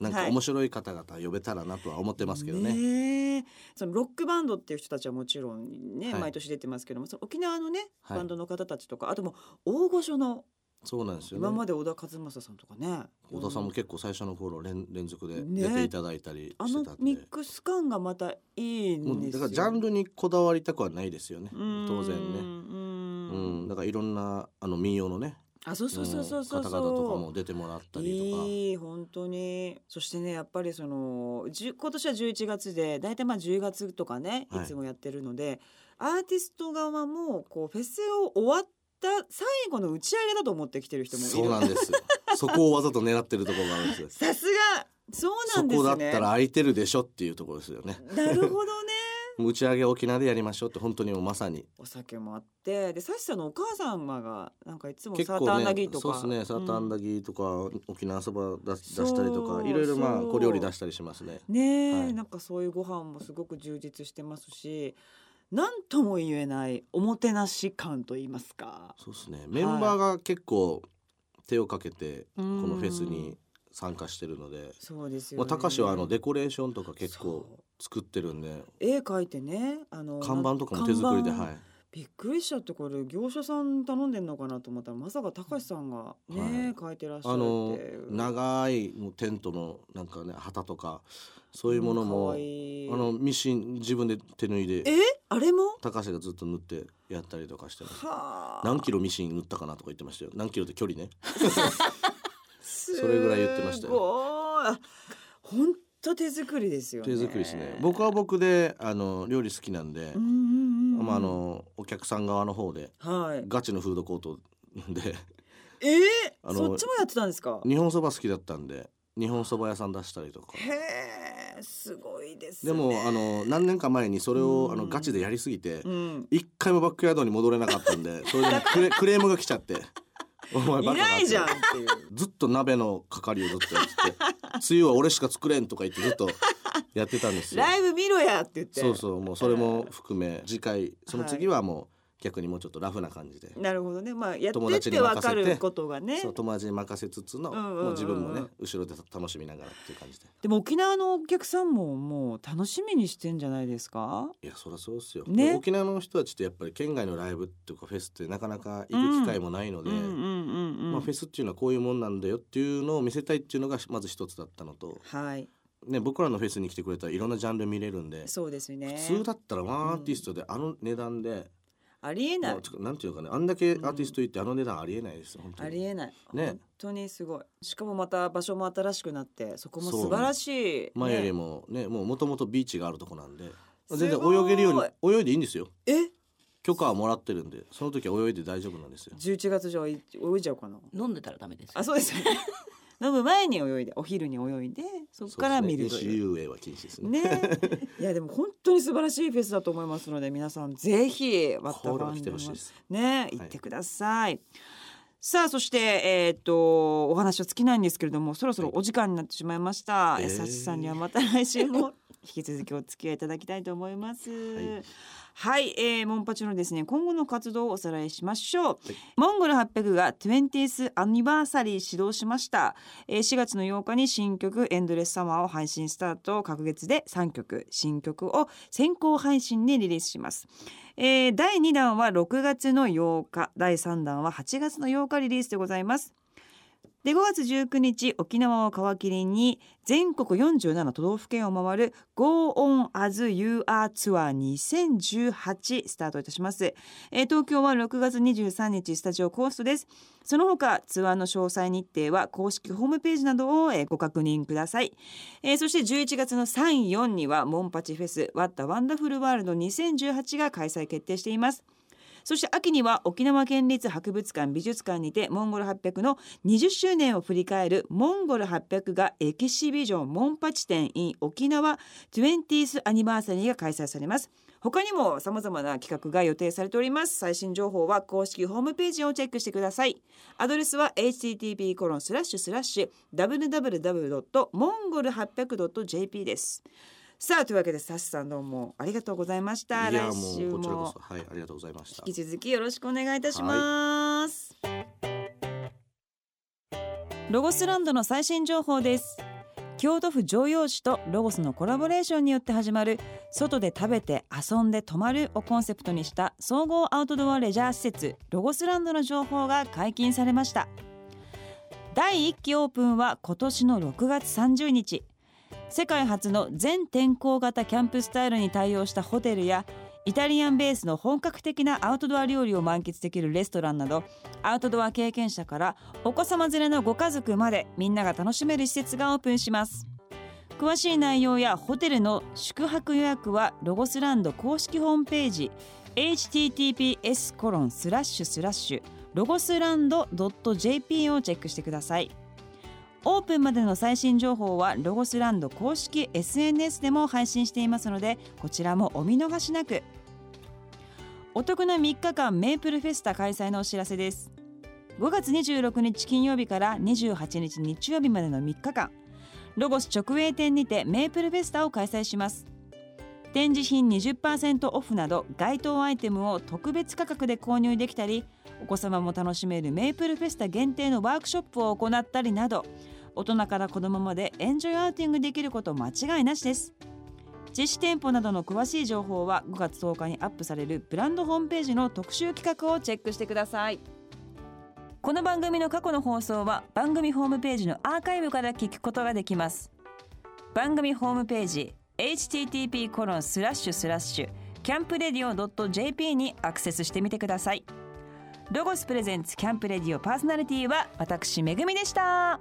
Speaker 2: なん
Speaker 1: は
Speaker 2: か
Speaker 1: い
Speaker 2: 面白い方々呼べたらなとは思ってますけどね
Speaker 1: ねえそのロックバンドっていう人たちはもちろんね、
Speaker 2: はい
Speaker 1: 毎年出てますけどもその沖縄のね
Speaker 2: はい
Speaker 1: バンドの方たちとか、あともう大御所の
Speaker 2: そうなんですよね
Speaker 1: 今まで小田和正さんとかね
Speaker 2: 小田さんも
Speaker 1: う
Speaker 2: 結構最初の頃連連続で
Speaker 1: ね
Speaker 2: 出ていただいたり
Speaker 1: あ
Speaker 2: し
Speaker 1: の
Speaker 2: てたんで、
Speaker 1: ミックス感がまたいい
Speaker 2: も
Speaker 1: ん
Speaker 2: う
Speaker 1: です
Speaker 2: だ
Speaker 1: よ
Speaker 2: からジャンルにこだわりたくはないですよね
Speaker 1: うん
Speaker 2: 当然
Speaker 1: う
Speaker 2: ね、
Speaker 1: ん
Speaker 2: うん、だからいろんなあの民謡のね
Speaker 1: あそうそうそうそうそう
Speaker 2: うん
Speaker 1: そう
Speaker 2: 方々とかも出てもらったりとか、
Speaker 1: いい本当にそしてねやっぱりそのじゅ今年は11月で大体まあ10月とかねい
Speaker 2: はい
Speaker 1: つもやってるので、アーティスト側もこうフェスを終わった最後の打ち上げだと思ってきてる人もいる
Speaker 2: そうなんですよそこをわざと狙ってるところがあるんですよ
Speaker 1: さすがそうな
Speaker 2: そ
Speaker 1: んですね
Speaker 2: こだったら空いてるでしょっていうところですよね
Speaker 1: なるほどね [LAUGHS]
Speaker 2: 打ち上げ沖縄でやりましょうって本当にもうまさに
Speaker 1: お酒もあってでサシさんのお母様がなんかいつも
Speaker 2: 結
Speaker 1: サ
Speaker 2: 構
Speaker 1: ーターアンダギ
Speaker 2: ね
Speaker 1: ーとか
Speaker 2: そうですねサーターアンダ
Speaker 1: ギ
Speaker 2: ギーとか、沖縄そば出し
Speaker 1: そう
Speaker 2: 出したりとかいろいろまあ
Speaker 1: そう
Speaker 2: 小料理出したりしますね
Speaker 1: ー、ねえ、
Speaker 2: はい
Speaker 1: なんかそういうご飯もすごく充実してますしなんとも言えないおもてなし感と言いますか
Speaker 2: そうですねメンバーが結構手をかけて
Speaker 1: こ
Speaker 2: このフェスに参加してるので、
Speaker 1: そうですよ、
Speaker 2: まあ、
Speaker 1: ね、
Speaker 2: たかしはあのデコレーションとか結構
Speaker 1: そう
Speaker 2: 作ってるんで
Speaker 1: 絵描いてねあの
Speaker 2: 看板とかも手作りで
Speaker 1: 看板
Speaker 2: はい
Speaker 1: びっくりしちゃってこれ業者さん頼んでんのかなと思ったらまさかたかしさんがね、
Speaker 2: はい
Speaker 1: 描いてらっしゃる
Speaker 2: あ
Speaker 1: っ
Speaker 2: の
Speaker 1: ていう
Speaker 2: 長いもうテントのなんかね旗とかそういうもの
Speaker 1: ん
Speaker 2: も
Speaker 1: かわいい
Speaker 2: あのミシン自分で手縫い
Speaker 1: え
Speaker 2: で
Speaker 1: あれも
Speaker 2: 高橋がずっと縫ってやったりとかしてます
Speaker 1: はあ
Speaker 2: 何キロミシン縫ったかなとか言ってましたよ何キロって距離ね
Speaker 1: そ
Speaker 2: れぐらい言ってましたよ
Speaker 1: よ。本当手作りですよね。
Speaker 2: 手作りですね僕は僕であの料理好きなんで、
Speaker 1: うんうんうんうん
Speaker 2: まあ、あのお客さん側の方で
Speaker 1: はい。
Speaker 2: ガチのフードコート
Speaker 1: [LAUGHS]
Speaker 2: で
Speaker 1: え
Speaker 2: あ
Speaker 1: ー、
Speaker 2: の
Speaker 1: そっちもやってたんですか。
Speaker 2: 日本そば好きだったんで日本そば屋さん出したりとか
Speaker 1: へえ、すごいです、ね。
Speaker 2: でもあの何年か前にそれ
Speaker 1: う
Speaker 2: を
Speaker 1: ん
Speaker 2: あのガチでやりすぎて
Speaker 1: うん。
Speaker 2: 一回もバックヤードに戻れなかったん
Speaker 1: [LAUGHS]
Speaker 2: でそれでクレクレームが来ちゃって「お前
Speaker 1: い
Speaker 2: バカ
Speaker 1: な
Speaker 2: っ
Speaker 1: い
Speaker 2: て
Speaker 1: じゃんっていう。
Speaker 2: ずっと鍋の係をずっとや
Speaker 1: [LAUGHS]
Speaker 2: ってて「つゆは俺しか作れん」とか言ってずっとやってたんですよ。
Speaker 1: ライブ見ろやって言って。
Speaker 2: そうそうもうそれも含め次回その次はもう逆にもうちょっとラフな感じで、
Speaker 1: なるほどね。まあや
Speaker 2: 友
Speaker 1: ってっ
Speaker 2: 達に
Speaker 1: て
Speaker 2: 任
Speaker 1: わ
Speaker 2: せて
Speaker 1: かることがね
Speaker 2: そ。う友達に任せつつの、
Speaker 1: うんうんうんうん
Speaker 2: もう自分もね後ろで楽しみながらっていう感じで
Speaker 1: でも沖縄のお客さんももう楽しみにしてんじゃないですか。
Speaker 2: いやそりゃそうですよ、
Speaker 1: ね
Speaker 2: で沖縄の人たちってやっぱり県外のライブとかフェスってなかなか行く機会もないの
Speaker 1: う
Speaker 2: で、
Speaker 1: んうんうんうん。
Speaker 2: まあ、フェスっていうのはこういうもんなんだよっていうのを見せたいっていうのがまず一つだったのと、
Speaker 1: はい。
Speaker 2: ね、僕らのフェスに来てくれたらいろんなジャンル見れるんで、
Speaker 1: そうですね。
Speaker 2: 普通だったらワンアーティストであの値段で、
Speaker 1: ありえ
Speaker 2: ま
Speaker 1: な
Speaker 2: あ
Speaker 1: い。
Speaker 2: ちょっとなんていうのかねあんだけアーティストいってあの値段ありえないですよ本当
Speaker 1: あ
Speaker 2: に。
Speaker 1: りえない、
Speaker 2: ね
Speaker 1: 本当にすごいしかもまた場所も新しくなってそこも
Speaker 2: そう
Speaker 1: 素晴らしい、ね
Speaker 2: 前よりもねもうもともとビーチがあるとこなんで全然
Speaker 1: すごい
Speaker 2: 泳げるように泳いでいいんですよ
Speaker 1: え
Speaker 2: 許可はもらってるんでその時は泳いで大丈夫なんですよ
Speaker 1: 11月じゃあい泳いじゃおうかな
Speaker 3: 飲んでたらダメですよ。
Speaker 1: あそうですよね [LAUGHS] 飲む前に泳いでお昼に泳いでそこから見る
Speaker 2: そ
Speaker 1: と
Speaker 2: うで
Speaker 1: い
Speaker 2: すね
Speaker 1: う。
Speaker 2: 飲酒遊泳は禁止ですね
Speaker 1: ね、
Speaker 2: [LAUGHS]
Speaker 1: いやでも本当に素晴らしいフェスだと思いますので皆さんぜひワッタ
Speaker 2: これ
Speaker 1: ファ
Speaker 2: は
Speaker 1: ン
Speaker 2: 来
Speaker 1: で
Speaker 2: て
Speaker 1: も
Speaker 2: ほしいです
Speaker 1: ね行ってください、さあそしてえーっとお話は尽きないんですけれどもそろそろお時間になってしまいました、
Speaker 2: えー
Speaker 1: えさしさんにはまた来週も引き続きお付き合いいただきたいと思いますはい
Speaker 2: い、
Speaker 1: えーモンパチのですね今後の活動をおさらいしましょう、
Speaker 2: はい
Speaker 1: モンゴル800が 20th アニバーサリー始動しました、えー4月の8日に新曲エンドレスサマーを配信スタート各月で3曲新曲を先行配信でリリースしますえー第2弾は6月の8日第3弾は8月の8日リリースでございますで5月19日沖縄を皮切りに全国47都道府県を回る Go on as you are ツアー2018スタートいたします、えー東京は6月23日スタジオコーストですその他ツアーの詳細日程は公式ホームページなどをえーご確認くださいえーそして11月の3、4にはモンパチフェスワッタワンダフルワールド2018が開催決定しています。そして秋には沖縄県立博物館美術館にてモンゴル800の20周年を振り返るモンゴル800がエキシビジョンモンパチ展 in 沖縄 20th アニバーサリーが開催されます。他にも様々な企画が予定されております。最新情報は公式ホームページをチェックしてください。アドレスは http コロンスラッシュスラッシュ www.mongol800.jp です。さあというわけでサシさんどうもありがとうございました。
Speaker 2: いや
Speaker 1: 来
Speaker 2: も
Speaker 1: 週
Speaker 2: うこちらこ
Speaker 1: も
Speaker 2: そはいありがとうございました
Speaker 1: 引き続きよろしくお願いいたします。ロゴスランドの最新情報です。京都府常陽市とロゴスのコラボレーションによって始まる外で食べて遊んで泊まるをコンセプトにした総合アウトドアレジャー施設ロゴスランドの情報が解禁されました第1期オープンは今年の6月30日世界初の全天候型キャンプスタイルに対応したホテルやイタリアンベースの本格的なアウトドア料理を満喫できるレストランなどアウトドア経験者からお子様連れのご家族までみんなが楽しめる施設がオープンします詳しい内容やホテルの宿泊予約はロゴスランド公式ホームページ https コロンスラッシュスラッシュロゴスランド .jp をチェックしてくださいオープンまでの最新情報はロゴスランド公式 SNS でも配信していますのでこちらもお見逃しなくお得な3日間メープルフェスタ開催のお知らせです5月26日金曜日から28日日曜日までの3日間ロゴス直営店にてメープルフェスタを開催します展示品20%オフなど該当アイテムを特別価格で購入できたりお子様も楽しめるメープルフェスタ限定のワークショップを行ったりなど大人から子どもまでエンジョイアウティングできること間違いなしです実施店舗などの詳しい情報は5月10日にアップされるブランドホームページの特集企画をチェックしてくださいこの番組の過去の放送は番組ホームページのアーカイブから聞くことができます番組ホームページ http コロンスラッシュスラッシュキャンプレディオ .jp にアクセスしてみてくださいロゴスプレゼンツキャンプレディオパーソナリティは私めぐみでした。